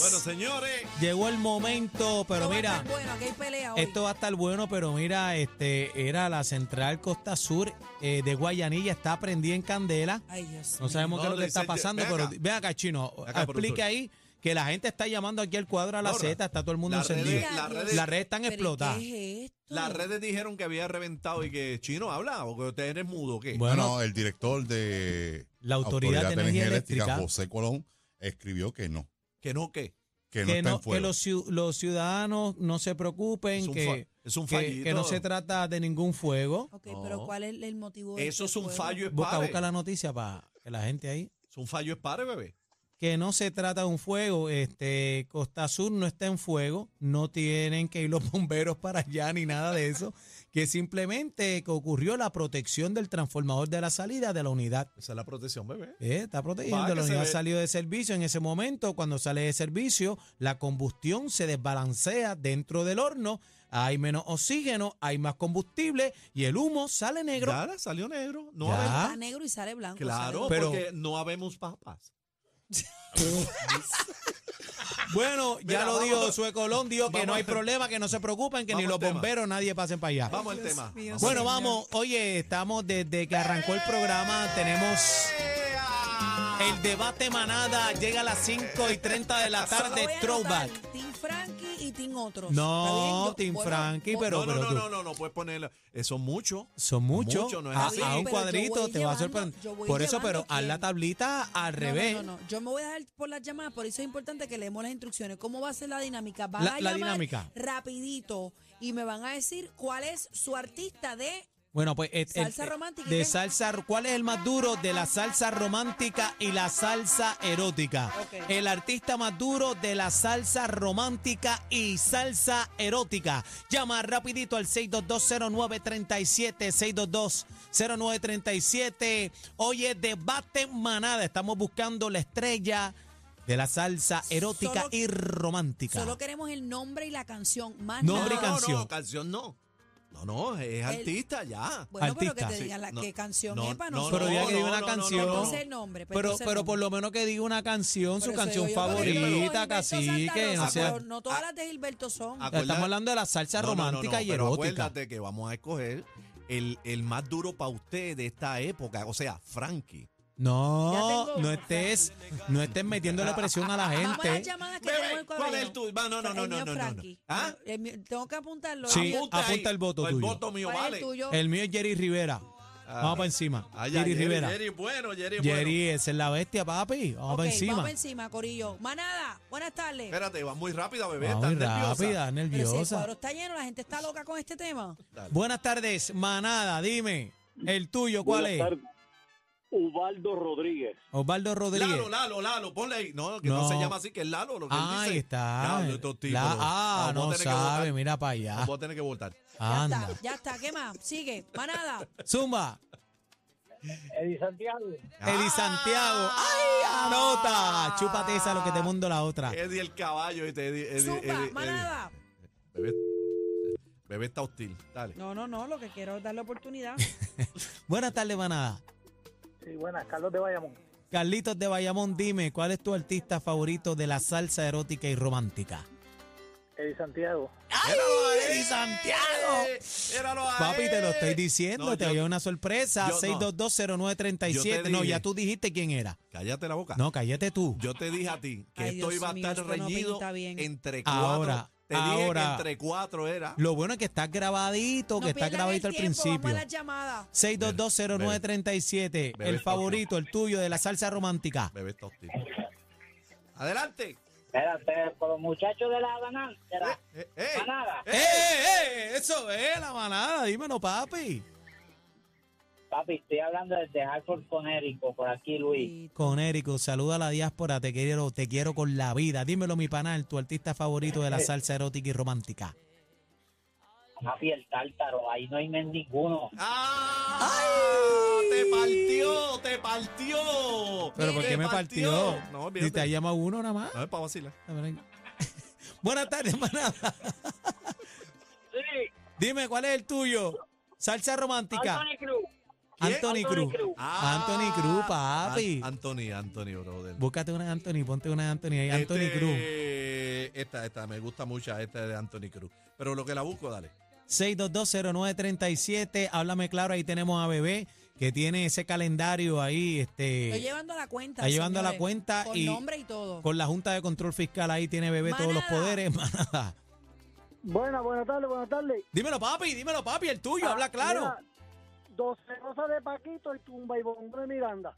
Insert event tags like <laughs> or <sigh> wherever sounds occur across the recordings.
Bueno, señores, Llegó el momento, pero Esto va a mira, estar Bueno, aquí hay pelea hoy. esto va a estar bueno, pero mira, este era la central Costa Sur eh, de Guayanilla, está prendida en candela. Ay, Dios. No mío. sabemos qué es lo que Lourdes, está Sergio, pasando, ven pero acá. ve acá, Chino, Ven acá, explique productor. ahí que la gente está llamando aquí al cuadro a la Ahora, Z, está todo el mundo las redes- encendido. las Mira, redes- Las redes están ¿Pero y explotadas. ¿Qué es esto? las redes dijeron que había reventado y que Chino habla o que usted eres mudo o qué. Bueno, no, no, el director de La Autoridad de Energía Eléctrica. José Colón, escribió que no, que no, ¿qué? que no que está no, en fuego. que los, ciu- los ciudadanos no se preocupen, Es un, fa- que, es un que, fallito. que no se trata de ningún fuego. Ok, No. pero ¿cuál es el motivo de Eso es este un juego? fallo Busca, espare. busca la noticia para que la gente ahí. Es un fallo espare, bebé. que no se trata de un fuego. Este, Costa Sur no está en fuego, no tienen que ir los <laughs> bomberos para allá ni nada de eso, que simplemente que ocurrió la protección del transformador de la salida de la unidad. Esa es la protección, bebé. Eh, está protegiendo, Va, que la se unidad ve. salió de servicio. En ese momento, cuando sale de servicio, la combustión se desbalancea dentro del horno, hay menos oxígeno, hay más combustible y el humo sale negro. Ya la salió negro. No Ya. habemos- Pues Está negro y sale blanco. claro, ¿Ah? Pero- porque no habemos papas. Bueno, Mira, ya lo vamos- dijo Sue Colón, dijo que vamos no hay al- problema, que no se preocupen, que ni vamos los al tema. bomberos nadie pasen para allá. Vamos al Dios tema. mío, Bueno, Señor. vamos. Oye, estamos desde que arrancó el programa. Tenemos el debate manada. Llega a las 5 y 30 de la Solo voy tarde. a Throwback. anotar Team Frankie y Team Otros. No, ¿Está bien? Yo- Team Frankie, voy- pero- no, no, no, tú- no, no, no puedes ponerlo. Eso mucho. Son muchos. Mucho, no es a, así. a un Pero yo cuadrito voy te va a llevando- sorprender. yo voy Por eso, llevando pero haz la quién. tablita al no, revés. No, no, no. Yo me voy a dejar por las llamadas, por eso es importante que leemos las instrucciones. ¿Cómo va a ser la dinámica? Van La- a la llamar dinámica. rapidito y me van a decir cuál es su artista de Bueno, pues et- et- Salsa romántica, de ¿qué? salsa, ¿cuál es el más duro de la salsa romántica y la salsa erótica? Ok. El artista más duro de la salsa romántica y salsa erótica. Llama rapidito al 6220937, 6220937. Oye, debate manada, estamos buscando la estrella de la salsa erótica Solo- y romántica. Solo queremos el nombre y la canción. Más No, No, Nombre y no, nada. canción. No, canción no. No, no, es artista ya. Bueno, pero que artista. te digan la, Sí, no, qué canción no, es para no, nosotros. pero ya que no, diga una no, no, no, no. canción. Entonces el nombre. Pero, Pero, entonces el pero nombre. por lo menos que diga una canción, su Por eso canción digo yo, pero Gilberto favorita, Santa cacique. Rosa, No, sea, pero no todas las de Gilberto son. Ah, estamos hablando de la salsa No, no, no, romántica no, y pero erótica. Acuérdate que vamos a escoger el, el más duro para usted de esta época, o sea, Frankie. No, Ya tengo- no estés, no estés metiéndole presión a la Vamos a las gente. llamadas que Bebé, tenemos el ¿cuál cuadrero. es el tuyo? Va, no, no, no, El no, mío no, es no, no. Frankie. ¿Ah? El mío- tengo que apuntarlo. Sí, El mío- apunta ahí. el voto el tuyo. voto mío, ¿Cuál es vale. el tuyo? El mío es Jerry Rivera. Vamos para encima. Ay, ay, Jerry Rivera. Ah. Jerry, bueno, Jerry, bueno. Jerry, esa es la bestia, papi. Vamos Ok, para encima. Vamos encima, Corillo. Manada, buenas tardes. Espérate, va muy rápida, bebé. Vamos estás nerviosa. rápida, Pero si el nerviosa. cuadro está lleno, la gente está loca con este tema. Buenas tardes, manada. Dime, el tuyo, ¿cuál Buenas es? tardes. Ubaldo Rodríguez. Osvaldo Rodríguez. Lalo, Lalo, Lalo, ponle ahí. No, que no. No. se llama así, que es Lalo lo que él Ahí dice. está. Lalo, estos tipos. La- ah, Vamos no a tener que votar. sabe, mira para allá. Vamos a tener que votar. Ya Anda. está, ya está. ¿Qué más? Sigue. Manada. Zumba. Eddie Santiago. Eddie Ah. Santiago. ¡Ay, anota! Chúpate esa, lo que te mundo la otra. Eddie el caballo, ¿viste? Eddie, Eddie, Eddie, Zumba, Eddie. manada. Bebé, bebé está hostil. Dale. No, no, no. Lo que quiero es darle oportunidad. Buenas tardes, manada. Sí, buenas, Carlos de Bayamón. Carlitos de Bayamón, dime, ¿cuál es tu artista favorito de la salsa erótica y romántica? Eddie Santiago. ¡Míralo a él! Eddie Santiago! ¡Míralo a Papi, te lo él! estoy diciendo, Eh, No, te yo- había una sorpresa. yo no. 6220937. Yo te No, dije. ya tú dijiste quién era. Cállate la boca. No, cállate tú. Yo te dije a ti que Ay, esto Dios iba a mío, estar esto no reñido pinta bien. entre cuatro. Ahora, te dije ahora. que entre cuatro era. Lo bueno es que está grabadito, No que está pierdan grabadito el al tiempo, principio. Vamos a las llamadas. 6220937. Bebé, El ok. favorito, el tuyo de la salsa romántica. Bebé está hostil. Adelante. Espérate, con los muchachos de la banana. Eh, eh. Banana. ¡Eh, eh, eh! Eso es la manada, dímelo, papi. Papi, estoy hablando desde Hartford, Conérico, por aquí, Luis. Con Érico, saluda a la diáspora, te quiero, te quiero con la vida. Dímelo, mi panal, tu artista favorito Eh. de la salsa erótica y romántica. Papi, el tártaro, ahí no hay men ninguno. ¡Ah! ¡Te partió! ¡Te partió! Pero ¿por te qué me partió? No, Ni te ha fíjate. llamado uno nada más. <laughs> No es para vacilar. Buenas tardes, manada. Sí, Dime, ¿cuál es el tuyo? Salsa romántica. Cruz. ¿Quién? Anthony Cruz. Anthony Cruz. Ah. Anthony Cruz, papi. An- Anthony, Anthony, brother. Búscate una de Anthony, ponte una de Anthony ahí. Anthony Este, Cruz. Esta, esta, me gusta mucho esta de Anthony Cruz. Pero lo que la busco, dale. 6220937, háblame claro, ahí tenemos a Bebé, que tiene ese calendario ahí, Estoy este, llevando a la cuenta. está llevando señores, la cuenta Con y nombre y todo. con la Junta de Control Fiscal ahí tiene Bebé todos los Manada. poderes, <laughs> manada. Buenas, buenas tardes, buenas tardes. Dímelo papi, dímelo papi, el tuyo, habla claro. Mira, Doce rosas de Paquito y tumba y bombo de Miranda.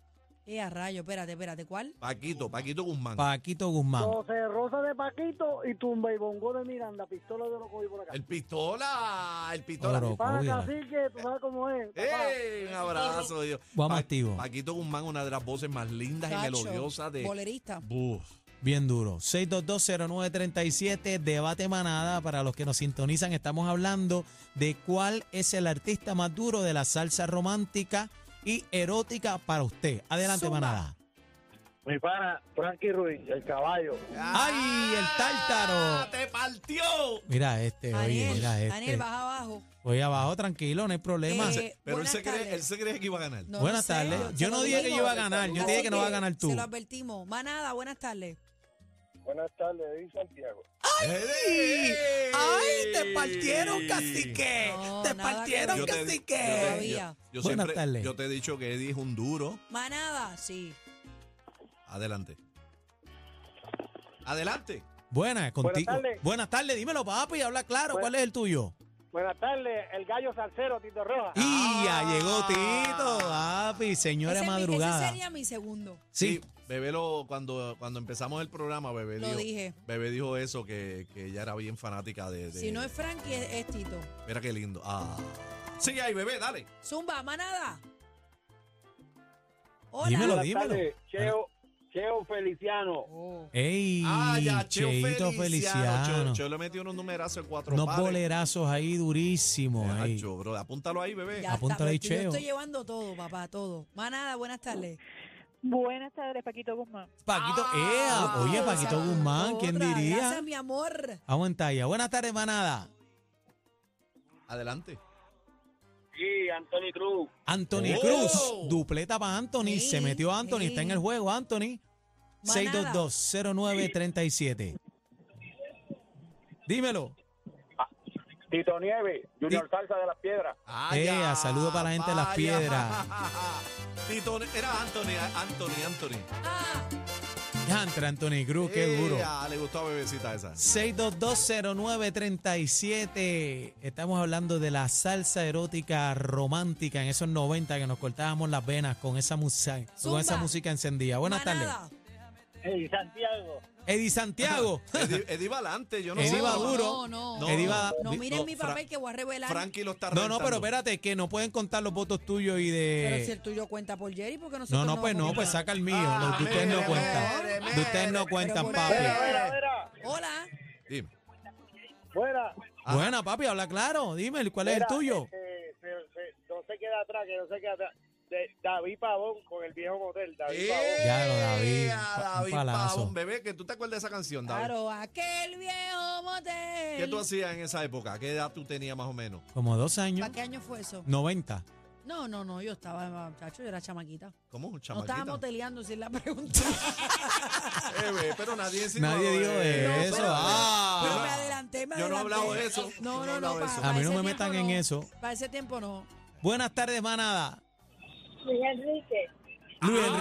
Eh, a rayo, espérate, espérate, ¿cuál? Paquito, Paquito Guzmán. Paquito Guzmán. Doce rosas de Paquito y tumba y bongo de Miranda. Pistola de loco y por acá. el pistola, el pistola. Oro. Paca, Oye, así que tú sabes cómo es. Eh. papá. ¡Ey! Un abrazo, Dios. Vamos activo. Paquito Guzmán, una de las voces más lindas y Cacho, melodiosas de. Bolerista. Buf. Bien duro. 6220937, debate manada. Para los que nos sintonizan, estamos hablando de cuál es el artista más duro de la salsa romántica y erótica para usted. Adelante, Zumba. manada. Mi pana, Frankie Ruiz, el caballo. ¡Ay, el ¡Ah, tártaro! ¡Te partió! Mira este, oye, Daniel, mira Daniel, este. baja abajo. Oye, abajo, tranquilo, no hay problema. Eh, Pero él buenas se, cree, tardes. él se cree que iba a ganar. No, Buenas no sé, tardes. se Yo lo no dije que digo. yo iba a ganar, yo te dije Así que no vas a ganar tú. Se lo advertimos. Manada, buenas tardes. Buenas tardes, Luis Santiago. ¡Ey! ¡Ay, te partieron, cacique! No, ¡Te nada que partieron, ver. te- cacique! yo- yo- yo Buenas siempre- tardes. Yo te he dicho que Eddie es un duro. Manada, sí. Adelante. Adelante. Buenas, contigo. tardes. Buenas tardes, dímelo, papi, habla claro. Buenas- ¿Cuál es el tuyo? Buenas tardes, el gallo salsero, Tito Ah. Rojas. Y ya llegó Tito, papi, señora Ese es mi- ese madrugada. sería mi segundo. Sí, Bebé lo, cuando, cuando empezamos el programa, Bebé Lo dijo, dije. Bebé dijo eso, que, que ella era bien fanática de. de- Si no es Frankie, es, es Tito. Mira qué lindo. Ah. Sigue ahí, bebé, dale. Zumba, manada. Hola. dímelo, dímelo. Cheo, Cheo Feliciano. Oh. Ey, Ah, Cheito Ah, Feliciano. Cheo, Cheo le metió unos numerazos de cuatro Unos pares. bolerazos ahí durísimos. ahí. Nacho, bro, apúntalo ahí, bebé. Ya está, pues, apúntale ahí, yo estoy- Cheo. Yo estoy llevando todo, papá, todo. Manada, buenas tardes. Buenas tardes, Paquito Guzmán. Paquito, ea, Wow, oye, Ah, esa Paquito es Guzmán, ¿quién otra. diría? Gracias, mi amor. Aguanta ya. Buenas tardes, manada. Adelante. Sí, Anthony Cruz. Anthony Oh. Cruz, dupleta para Anthony. Se Sí, metió Anthony, está en sí. el juego, Anthony. Manada. 6220937. Dímelo. Tito Nieves, Junior Salsa de las Piedras. Ah, Ea, saludo para la gente de Las Piedras. <laughs> Tito, era Anthony, Anthony, Anthony. Ah, Yantra, Anthony Cruz, qué duro. Ea, le gustó a bebecita esa. 6220937. Estamos hablando de la salsa erótica romántica en esos 90 que nos cortábamos las venas con esa, musa- con Zumba. esa música encendida. Buenas tardes. manada. Hey, Santiago. Eddie Santiago. Eddie, Eddie va adelante, yo no Eddie sé. va duro. No, no. No, Eddie va- No miren no, mi Fra- papel que voy a revelar. Frankie lo está no, no, pero reventando. espérate, que no pueden contar los votos tuyos y Pero si de... el tuyo cuenta por Jerry, porque eh, No, nosotros no, pues no, vamos a pues contar? saca el mío. Ah, Los de ustedes mire, no cuentan. mire, De ustedes no mire, cuentan, mire, papi. Fuera, Hola. Dime. fuera. Ah. Buena, papi, habla claro. Dime, ¿cuál es el Mira, tuyo? este, se- se- no se queda atrás, que no se queda atrás. De- David Pavón con el viejo motel. David Pavón. Ya lo, David, Ah. Ea, pa- David un palazo. Pavón, bebé, que tú te acuerdas de esa canción, David. Claro, aquel viejo motel. ¿Qué tú hacías en esa época? ¿Qué edad tú tenías más o menos? Como dos años. ¿Para qué año fue eso? 90. No, no, no, yo estaba, muchacho, yo era chamaquita. ¿Cómo? No Chamaquita. estaba moteleando sin la pregunta. Eh, bebé, pero nadie insinuó, Nadie dijo bebé. No, de eso. pero- Ah. Pero me adelanté, me Yo no he adelanté. hablado de eso. No, Yo no, no he no. hablado de eso. A mí no ese me metan tiempo en no. eso. Para ese tiempo no. Buenas tardes, manada. Luis Enrique. Luis Ah,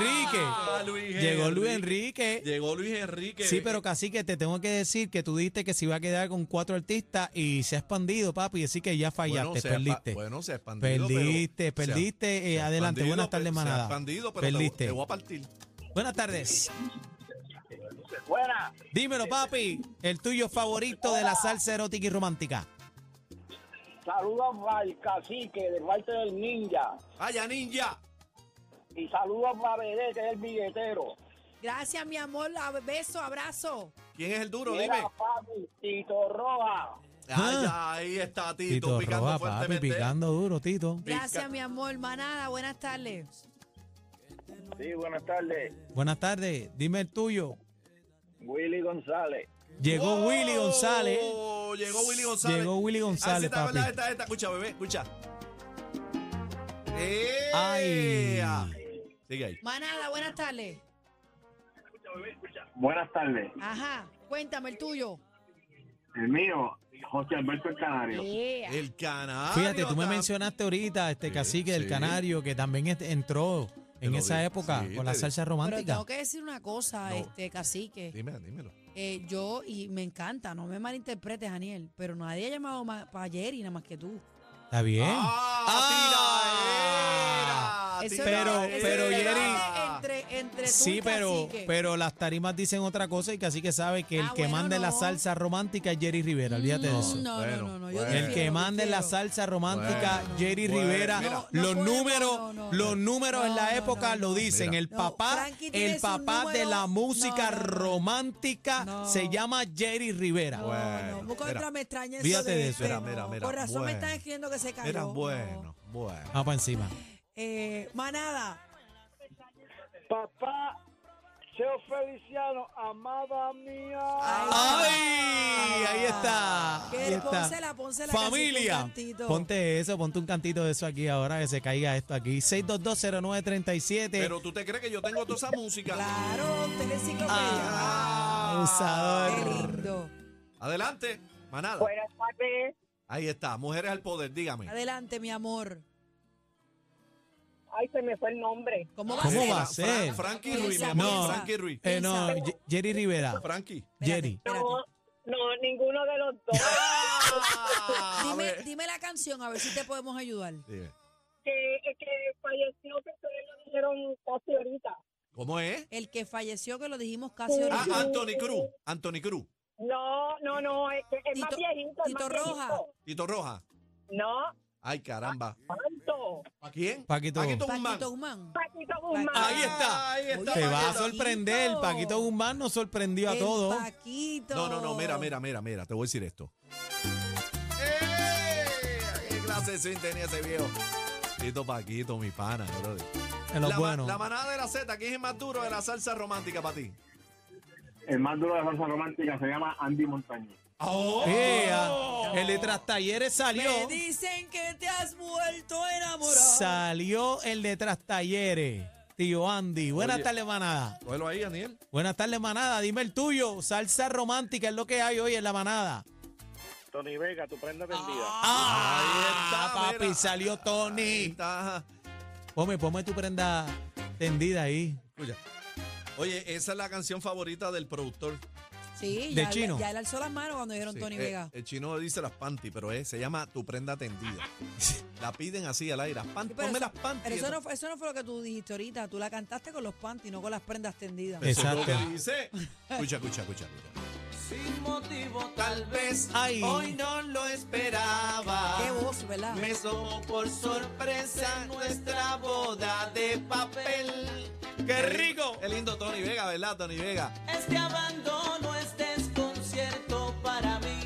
Enrique. Luis Llegó Luis Enrique. Llegó Luis Enrique. Sí, pero casi que te tengo que decir que tú dijiste que se iba a quedar con cuatro artistas y se ha expandido, papi. Así que ya Bueno, fallaste, se ha perdiste. expa- Bueno, se ha expandido. Perdiste, pero- perdiste. se ha- Eh, se ha adelante, expandido, buenas pe- tardes, Se ha manada. expandido, pero te voy- perdiste. Te, voy a partir. Buenas tardes. Fuera. Dímelo, papi. El tuyo favorito de la salsa erótica y romántica. Saludos al cacique de parte del ninja. ¡Vaya ninja! Y saludos a Babedé, que es el billetero. Gracias, mi amor. ab- Beso, abrazo. ¿Quién es el duro? Mira, Dime. papi, Tito Roja. Ay, Ah. ahí está Tito, Tito picando Roa, papi, fuertemente. picando duro, Tito. Gracias, mi amor. Manada, buenas tardes. Sí, buenas tardes. Buenas tardes. Dime el tuyo. Willy González. Llegó ¡Oh! Willy González. Llegó Willy González. Llegó Willy Ah, sí, González, está, papi. ¿verdad? Esta, esta, escucha, bebé, escucha. ¡Eh! Ay. Sigue ahí. Manada, buenas tardes. Buenas tardes. Ajá, cuéntame el tuyo. El mío, José Alberto el Canario. Eh, Yeah. El canario. Fíjate, tú me tam- mencionaste ahorita este Sí, cacique del sí. canario que también est- entró en lo esa dije, época sí, con la te- salsa Pero romántica. tengo que decir una cosa, No. este cacique. Dime, dímelo. Eh, yo, y me encanta, no me malinterpretes, Daniel, pero nadie ha llamado para ayer y nada más que tú. Está bien. ¡Ah! Eso es tiraera, Ah. lo- Pero- eso es pero, lo que Jerry- vale Entre, entre tú y Sí, pero, Cacique. pero las tarimas dicen otra cosa y Cacique sabe que el Ah, que bueno, mande la no. salsa romántica es Jerry Rivera. Olvídate de Mm, eso. No, Bueno, no, no, no, yo bueno. El prefiero, que yo mande la prefiero. salsa romántica, Bueno, Jerry bueno, Rivera, mira. No, los no podemos, números, no, no. los números en la No, no, época no, lo no. dicen. Mira. El No, papá, Frankie tiene el su papá de número- la música no, no, no. romántica No. se llama Jerry Rivera. No, Bueno, no, busca mira. otra, me extraña eso Fíjate de eso. este, Mira, mira, no. mira, Por razón me bueno. están escribiendo que se cayó. Era no. bueno, bueno. Vamos para Ah, encima. Eh, manada. Papá, Cheo Feliciano, amada mía. ¡Ay! Ahí está. Que ahí está. pónsela, pónsela, Cacique, un Familia, cantito. ponte eso, ponte un cantito de eso aquí ahora que se caiga esto aquí. 6220937. Pero tú te crees que yo tengo toda esa música. Claro, usted es enciclopedia. Ah, Qué usador. lindo. Adelante, manada. Buenas tardes. Ahí está, mujeres al poder, dígame. Adelante, mi amor. Ay, se me fue el nombre. ¿Cómo va ¿Cómo a ser? va a ser? Frankie Ruiz, mi Piensa, amor, No. Frankie Ruiz. Eh, no, Piensa. Ye- Jerry Rivera. Frankie. Jerry. Espérate, espérate. no, ninguno de los dos. Ah, a Dime, ver. dime la canción, a ver si te podemos ayudar. Dime, que, que falleció, que ustedes lo dijeron casi ahorita. ¿Cómo es? El que falleció, que lo dijimos casi Ah, Ah, ahorita. Anthony Cruz, Anthony Cruz, No, no, no, es, que es Tito- más viejito. es más Tito Roja. viejito. Tito Roja. No, Ay, caramba. tanto. ¿A quién? Paquito. ah, Guzmán. Paquito Guzmán. Paquito Guzmán. Ahí está. Ahí está. Te va a Paquito. sorprender. Paquito Guzmán nos sorprendió a El todos. Paquito. No, no, no, mira, mira, mira, mira, te voy a decir esto. ¡Eh! ¡Qué clase de swing tenía ese viejo! Tito Paquito, mi pana, brother. En los la, ma- buenos. la manada de la Z, ¿quién es el más duro de la salsa romántica para ti? El más duro de la salsa romántica se llama Andy Montañez. ¡Oh! Eh, Oh. Ea, El de tras talleres salió. Me dicen que te has vuelto enamorado. Salió el de tras talleres. Tío Andy. Buenas Oye. tardes, manada. Cógelo ahí, Daniel. Buenas tardes, manada. Dime el tuyo. Salsa romántica es lo que hay hoy en la manada. Tony Vega, tu prenda vendida. Ah, Ahí está, papi, mira. salió Tony. Está. Ponme, ponme tu prenda tendida ahí. Escucha. Oye, esa es la canción favorita del productor. Sí, De ya, chino. ya él alzó las manos cuando dijeron Sí, Tony eh, Vega. El chino dice las panty, pero eh, se llama tu prenda tendida. <laughs> la piden así al aire. Las panty, Pero ponme eso- las panty. Pero eso no, fue- eso no fue lo que tú dijiste ahorita. Tú la cantaste con los panties, no con las prendas tendidas. Es- Eso es lo que Exacto. dice. Escucha, escucha, escucha, escucha. Sin motivo, tal vez. Ay. hoy no lo esperaba. Qué voz, ¿verdad? somos por sorpresa nuestra boda de papel. ¡Qué rico! Qué lindo Tony Vega, ¿verdad, Tony Vega? Este abandono es desconcierto para mí.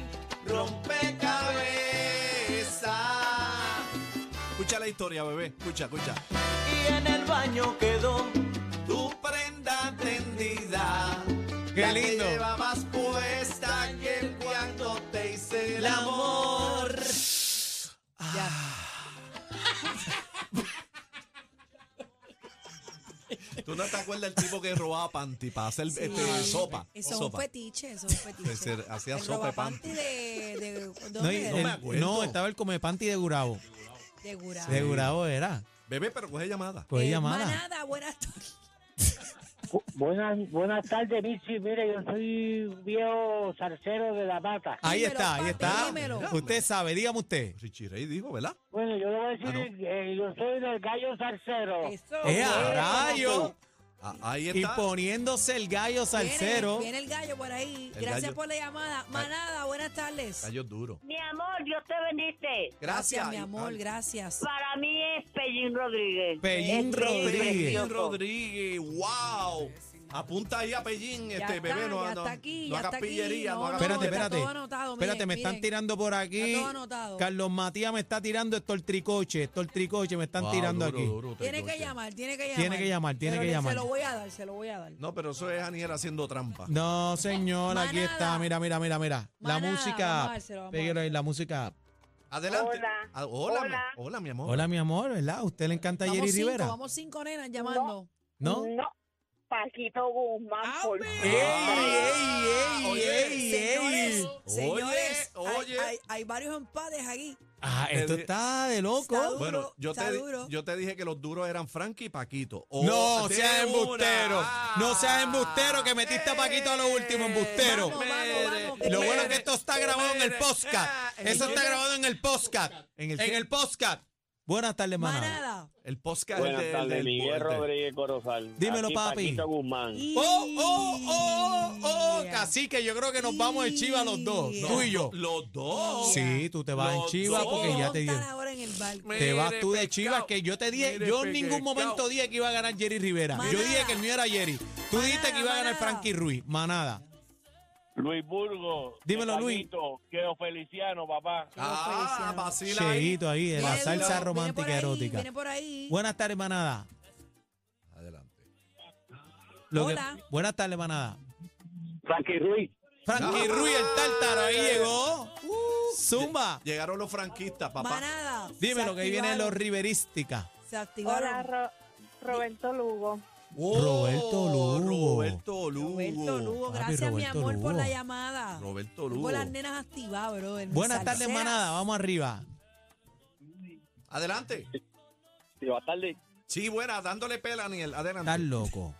Rompecabezas. Escucha la historia, bebé. Escucha, escucha. Y en el baño quedó Tu prenda tendida. Qué la lindo. Que llevabas puesta que cuando te hice el amor. ¿Tú no te acuerdas del tipo que robaba panty para hacer Sí. este, sopa? Eso es un sopa. fetiche, eso es un fetiche. Ese- hacía El sopa de robapanti pan. de, de, ¿de No, y dónde el- era? acuerdo. no, estaba el come panty de Gurabo. De Gurabo. De Gurabo era. Bebé, pero coge pues, llamada. Coge Eh, llamada. manada, buenas tardes. Bu- Buenas, buenas tardes, Michi. Mire, yo soy un viejo zarcero de la mata. Ahí Dímelo, está, ahí papi, está. dímelo. Usted sabe, dígame usted. Richie Rey Pues dijo, ¿verdad? Bueno, yo le voy a Ah, decir, no. eh, yo soy del gallo zarcero. Eso. ¡Eh, a Viene, rayo! Ah, ahí Y está. poniéndose el gallo salsero. Viene el gallo por ahí. El Gracias gallo. por la llamada. Manada, buenas tardes. Gallo duro. Mi amor, Dios te bendice. Gracias. mi amor, Ay, gracias. Para mí es Pellín Rodríguez. Pellín Rodríguez. Pellín Rodríguez, wow. Apunta ahí a Pellín, Ya este está, bebé. No, ya no, está aquí, no ya hagas está aquí. pillería, no, No, hagas Espérate, está pillería. espérate. todo anotado, miren, espérate, me están miren. tirando por aquí. Está todo anotado. Carlos Matías me está tirando esto el tricoche, esto el tricoche me están Wow, tirando duro, aquí. duro, Tiene que tricoche. llamar, tiene que llamar. Tiene que llamar, tiene Pero que le- llamar. Se lo voy a dar, se lo voy a dar. No, pero eso es Aniel haciendo trampa. No, señor, aquí Manada. está. Mira, mira, mira, mira. La Manada, vamos a música. dárselo, vamos a Pégalo ahí, dárselo. la música. Adelante. Hola. Ah, hola, mi- Hola. hola, mi amor. Hola, mi amor, ¿verdad? ¿Usted le encanta Vamos Jerry cinco, Rivera? vamos cinco nenas llamando. ¿No? Ah, No, Paquito Guzmán. por ¡Ey, ey, ey, Ah, Oye, ey, señores, ey! señores, hay- oye. Hay, hay varios empates aquí. Ah, esto está de loco. Está duro, Bueno, yo está te, di- duro. yo te dije que los duros eran Frankie y Paquito. No sea seas embustero. No seas embustero, que metiste a Paquito a lo último, embustero. Vamos, vamos, vamos, Lo bueno es que esto está grabado en el podcast. Eso está grabado en el podcast. Ah, ¿En En el el, qué? podcast. Buenas tardes, manada. Manada. El podcast Buenas del- tardes, del- Miguel del- Rodríguez Corozal. Dímelo, Aquí papi. Paquito Guzmán. Y- Oh, oh, oh, oh, cacique, yo creo que nos vamos de chiva los dos, Yeah. tú y yo. Los dos. Sí, tú te vas en Los chiva dos. porque ya te Montan dieron. ahora en el barco. Me- Te vas Mire, tú de pescado. chivas, que yo te dije, Mire, yo en ningún pescado. momento dije que iba a ganar Jerry Rivera. Yo Manada. dije que el mío era Jerry. Tú dijiste Manada, que iba a ganar manada. Frankie Ruiz. Manada. Luis Burgo. Dímelo, Luis. Paquito, Quedo Feliciano, papá. Ah, vacila ahí. Cheguito ahí, de la Viene duro, salsa viene por romántica ahí, erótica. Viene por ahí. Buenas tardes, manada. Adelante. Lo que- Hola. buenas tardes, manada. Frankie Ruiz. Frankie Ruiz, el tártaro, ahí llegó. Uh. Zumba. Llegaron los franquistas, papá. Manada. Dímelo, se que ahí viene los activaron, riverística. Se Hola, activaron. Ro- Roberto Lugo. Oh, Roberto Lugo. Roberto Lugo. Roberto Lugo, Papi, gracias mi Roberto amor por Lugo. la llamada. Roberto Tengo Lugo. las nenas activadas, bro. en mi Buenas tardes, salsera. manada. Vamos arriba. Adelante. Sí, buenas tardes. Sí, buena, dándole pela, Daniel. Adelante. Estás loco.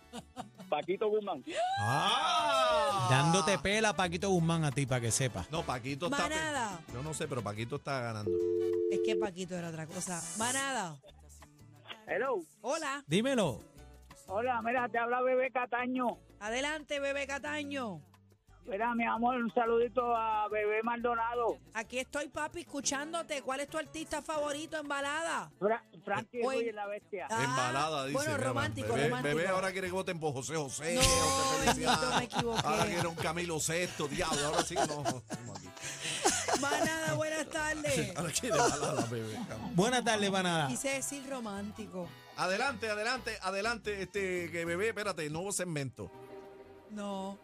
Paquito Guzmán. Ah. Dándote pela, Paquito Guzmán, a ti, para que sepa. No, Paquito está. pe- Manada. Yo no sé, pero Paquito está ganando. Es que Paquito era otra cosa. Manada. Hello. Hola. Dímelo. Hola, mira, te habla Bebé Cataño. Adelante, bebé Cataño. Mira, mi amor, un saludito a Bebé Maldonado. Aquí estoy, papi, escuchándote. ¿Cuál es tu artista favorito en balada? Fra- Frankie Oye. Ruiz, la bestia. Ah, Embalada, dice. Bueno, mira, romántico, bebé, romántico. Bebé ahora quiere que voten por José José. No, José Feliciano. bendito, me equivoqué. Ahora quiere un Camilo VI, diablo. Ahora sí, no. Manada, buenas <laughs> tardes. Ahora quiere balada, bebé. Buenas tardes, manada. Quise decir romántico. Adelante, adelante, adelante. Este, que bebé, espérate, nuevo segmento. No.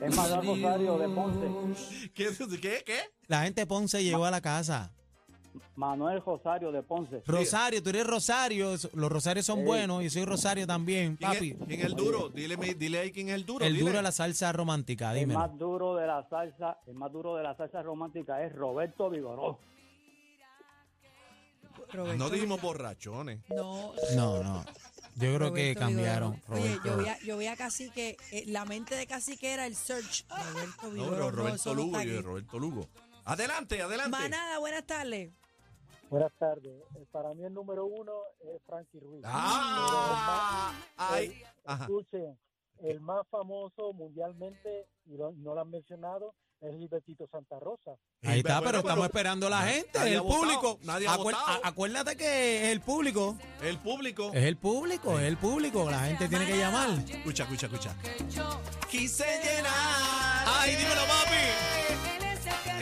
Es Madame Rosario de Ponce. ¿Qué? ¿Qué? qué? La gente de Ponce llegó a la casa. Manuel Rosario de Ponce. Rosario, tú eres Rosario. Los Rosarios son buenos y soy Rosario también, ¿Quién, papi. Es, quién es el duro? Dile, mi- dile ahí quién es el duro. El dile. duro de la salsa romántica, El Ah, dímelo. más duro de la salsa, el más duro de la salsa romántica es Roberto Vigoró. Roberto. No dijimos borrachones. No. No, no. Yo creo que Roberto cambiaron. Vigoró. Oye, yo Roberto. vi a, yo vi a Cacique, eh, la mente de Cacique era el search. Roberto No, Vigoró, pero Roberto eso no Lugo, está yo de aquí. Roberto Lugo. Adelante, adelante. Manada, buenas tardes. Buenas tardes. Eh, Para mí el número uno es Frankie Ruiz. Ah, ay, ajá. Escuchen, el más famoso mundialmente, y lo- no lo han mencionado, es Gilbertito Santa Rosa. Ahí está, Bueno, Eh, pero estamos esperando a la nadie- gente, nadie el ha votado, público. nadie ha Acuer- votado. a- acuérdate que es el público. El público. Es el público, es el público. La gente tiene que llamar. Escucha, escucha, escucha. Quise llenar. ¡Ay, dímelo, papi!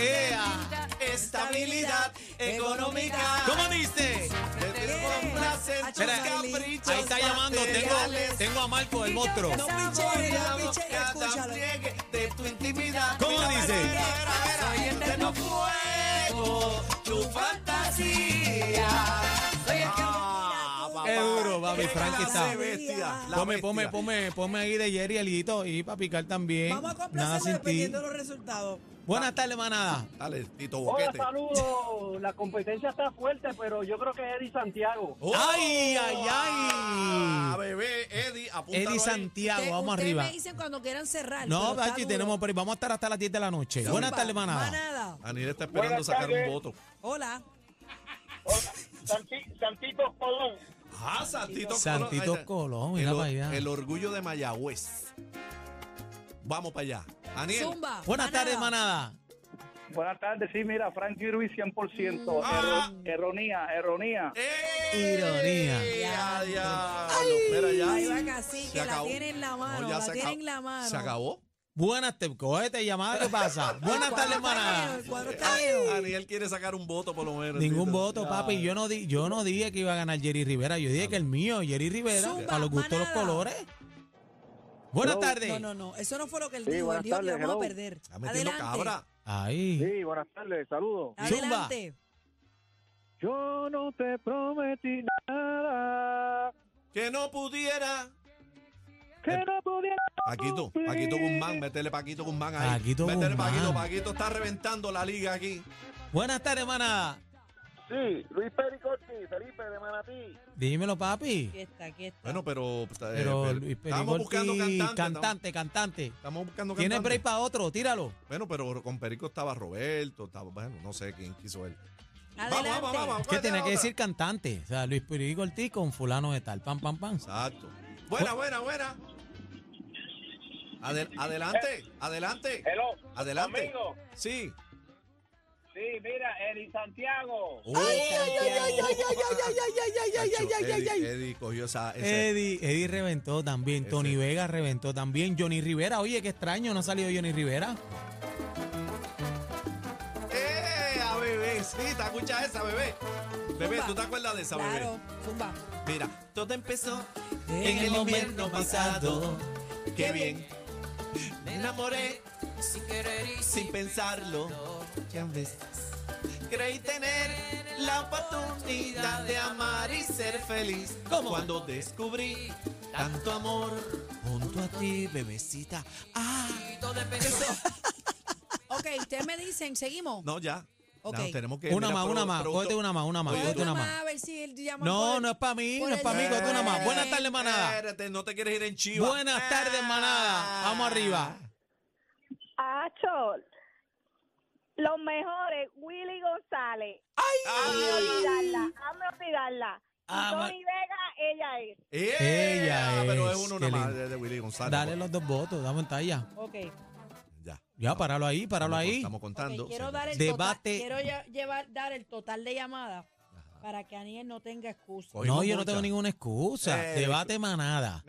Ea, estabilidad económica. ¿Cómo dice? Te descomplacen tus Espera, caprichos Ahí está llamando, tengo, materiales. tengo a Marco, el monstruo. No piche, Cada no piche, escúchalo. pliegue de tu intimidad. ¿Cómo Mira, dice? mira, mira, mira, Soy eterno fuego, tu fantasía. Ah, papá. Es duro, papi, Qué Frankie clase está. bestia, la Ponme, bestia. ponme, ponme, ponme ahí de Jerry Alguito y para picar también. Vamos a Nada complacerlo sin ti. dependiendo de los resultados. Buenas tardes, manada. Dale, Tito Hola, Boquete. saludos. La competencia está fuerte, pero yo creo que es Eddie Santiago. Oh, ¡Ay, ay, ay! ah, bebé, Eddie, apúntalo Eddie ahí. Santiago, Ustedes- vamos ustedes arriba. me dicen cuando quieran cerrar. No, pero está Pachi, duro. tenemos, pero vamos a estar hasta las 10 de la noche. Zumba. Buenas tardes, manada. Manada. Aniel está esperando Buenas sacar un tardes. voto. Hola. Santito Colón. Ah, Santito Colón. Santito Ahí está. Colón, mira el, or- para allá. el orgullo de Mayagüez. Vamos para allá. Aniel. Zumba. Buenas tardes, manada. Buenas tardes, sí, mira, Frankie Ruiz 100%. Ah. Erronía, erronía. Ironía. Ya, ya. Mira, ya. Ahí va Cacique, Se la acabó. tiene en la mano, ya la se tiene acabó. en la mano. Se acabó. Buenas tardes, cógete llamada, ¿qué <laughs> pasa? Buenas tardes, manada. El cuadro está lleno. Aniel Eh, quiere sacar un voto por lo menos. Ningún Tito. voto, papi. Yo no, di, yo no dije que iba a ganar Jerry Rivera. Yo dije que el mío, Jerry Rivera, Zumba, para los gustos los manada. colores. Buenas No, tardes. no, no. Eso no fue lo que él Sí, dijo. Él buenas dijo que tardes, vamos a hello. perder. Está metiendo cabra. Ay. Sí, buenas tardes, saludos. Zumba. Adelante. Yo no te prometí nada. Que no pudiera Eh, que Em- no pudiera Paquito, Paquito Guzmán, métele Paquito Guzmán ahí. Paquito métele Guzmán. Paquito, Paquito está reventando la liga aquí. Buenas tardes, hermana. Sí, Luis Pericotti, Felipe de Manatí. Dímelo, papi. Aquí está, aquí está. Bueno, pero, eh, Pero pero Luis estamos Perigorti, buscando cantante. Estamos, Cantante, cantante. estamos buscando Tienes cantante. break para otro, tíralo. Bueno, pero con Perico estaba Roberto, estaba, bueno, no sé quién quiso él. Adelante. Es que ¿cuál es tenía la otra? que decir cantante. O sea, Luis Perigo Ortiz con fulano de tal. Pam, pam, pam. Exacto. Buena, buena, buena. Adel- adelante, adelante, Eh, Hello. adelante. Amigo. Sí. Sí, mira, Eri Santiago. Oh. Eddie, Eddie cogió esa. esa- Eddie, Eddie reventó también. Ese. Tony Vega reventó también. Johnny Rivera. Oye, qué extraño, no ha salido Johnny Rivera. ¡Eh, a bebecita! Escucha esa, bebé. Bebé, ¿tú te acuerdas de esa, bebé? Claro, zumba. Mira, todo empezó En el invierno pasado. Qué bien. Me enamoré sin pensarlo. Ya ves. Creí tener la oportunidad de amar y ser feliz. Cuando descubrí tanto amor junto a ti, bebecita. Ah, Ok, ustedes me dicen, seguimos. no, ya. Ok. No, tenemos que Una mira, más, produ- una más. producto- Cógete una más, una más. Oye, Cógete Otra una más, más. a ver si él llama No, por- no es para mí, por no es para mí. el- Cógete una más. Eh, Buenas tardes, manada. espérate, no te quieres ir en chiva. Buenas tardes, manada. Vamos arriba. Acho, los mejores, Willy González. Hazme olvidarla, hazme olvidarla. Ah, Y ma- Tony Vega, ella es. Ella Ella Ah, Pero es es, uno qué una más lindo. de de Willy González. pues. Dale los dos votos, da pantalla. Ok, Ya. Ya, páralo ahí, páralo Estamos- ahí. Estamos contando. ok, quiero Sí. dar el Debate. Total, quiero ya- llevar, dar el total de llamadas para que Aniel no tenga excusa. Oye, No, Cogimos yo no mucha. tengo ninguna excusa. Eh, Debate manada.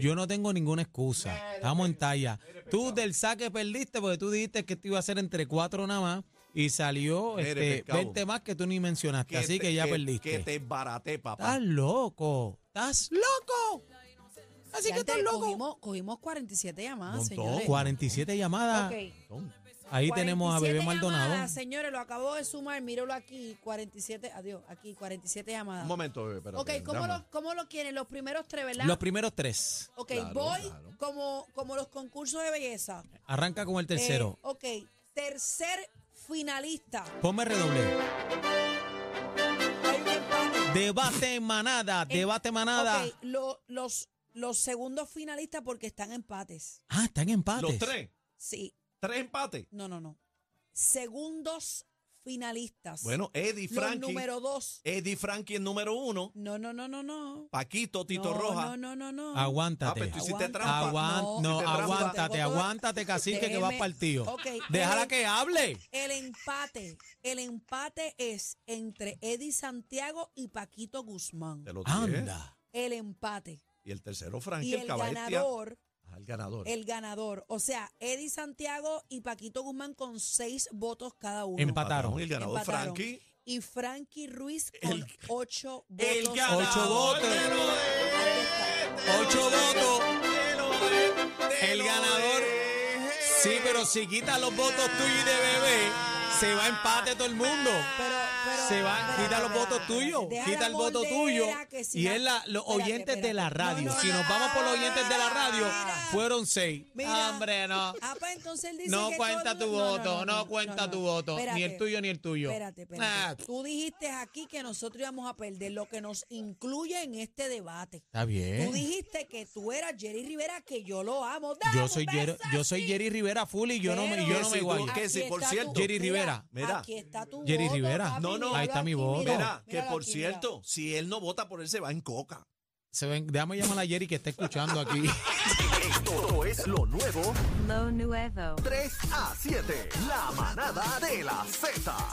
Yo no tengo ninguna excusa. Estamos en talla. Tú del saque perdiste porque tú dijiste que esto iba a ser entre cuatro nada más y salió Mire, este, pescado. 20 más que tú ni mencionaste. Así te- que ya perdiste. Que te baraté, papá. Estás loco. Estás loco. Así Ya que antes estás loco. Cogimos, cogimos 47 llamadas, Montón. señores. 47 llamadas. Ok. Ahí tenemos a Bebé 47 Maldonado. llamadas, señores, lo acabo de sumar, míralo aquí, 47, adiós, aquí, 47 llamadas. Un momento, bebé. Espérate, ok, ¿cómo, dame. lo, ¿cómo lo quieren? Los primeros tres, ¿verdad? Los primeros tres. ok, Claro, voy claro. Como, como los concursos de belleza. Arranca con el tercero. Eh, ok, tercer finalista. Ponme redoble. Hay un empate. Debate en manada. Eh, Debate en manada. Ok, lo- los, los segundos finalistas porque están empates. Ah, están en empates. Los tres. Sí, Tres empates. no, no, no. Segundos finalistas. Bueno, Eddie los Frankie. número dos. Eddie Frankie en número uno. No, no, no, no, no. Paquito, Tito no, Roja. No, no, no, no. Ah, Aguántate. pero tú hiciste Aguanta. trampa. Aguan- No, no, hiciste trampa. aguántate, Tampoco- aguántate, cacique, que vas Déjeme- partido. Ok, Déjala el- que hable. El empate, el empate es entre Eddie Santiago y Paquito Guzmán. Te lo dije. Anda. El empate. Y el tercero, Frankie, Y el, el caballo. ganador, Ah, el ganador. el ganador. O sea, Eddie Santiago y Paquito Guzmán con seis votos cada uno. Empate. Y el ganador, Empataron. Frankie. Y Frankie Ruiz con El- ocho votos. El ganador. Ocho votos. Te lo dejé, te lo Ocho dejé, votos. te lo dejé, te El lo ganador. dejé. Sí, pero si quitas los votos tuyos y de bebé, se va a empate todo el mundo. Pero, pero- se va, espérate, quita los espérate, votos tuyos, deja quita la el voto tuyo. moldera, que si Y va- es la, los espérate, oyentes de la espérate. No, radio. no, Si nos no. vamos por los oyentes de la radio, Mira. fueron seis. Mira. Hombre, no. Ah, pues entonces él dice No que cuenta todo- tu no, no, voto, no, cuenta no, tu no. voto, ni el Espérate, tuyo ni el tuyo. Espérate, espérate. Ah. Tú dijiste aquí que nosotros íbamos a perder, lo que nos incluye en este debate. Está Tú bien. dijiste que tú eras Jerry Rivera, que yo lo amo. Dame Yo un soy, Jerry, beso yo soy aquí. Jerry Rivera full y yo no me, Pero- yo no si me tú- guayo. que si, Aquí por está cierto, tu- Jerry mira, Rivera. Mira. Aquí está tu Jerry voto, Rivera. papi, No, no, míralo ahí está mi aquí, voto. míralo, Mira, que míralo por aquí, mira. cierto, si él no vota por él, se va en coca. Se ven, déjame llamar a Jerry que está escuchando <laughs> aquí. Esto es lo nuevo Lo nuevo. 3 a 7. La manada de la Z.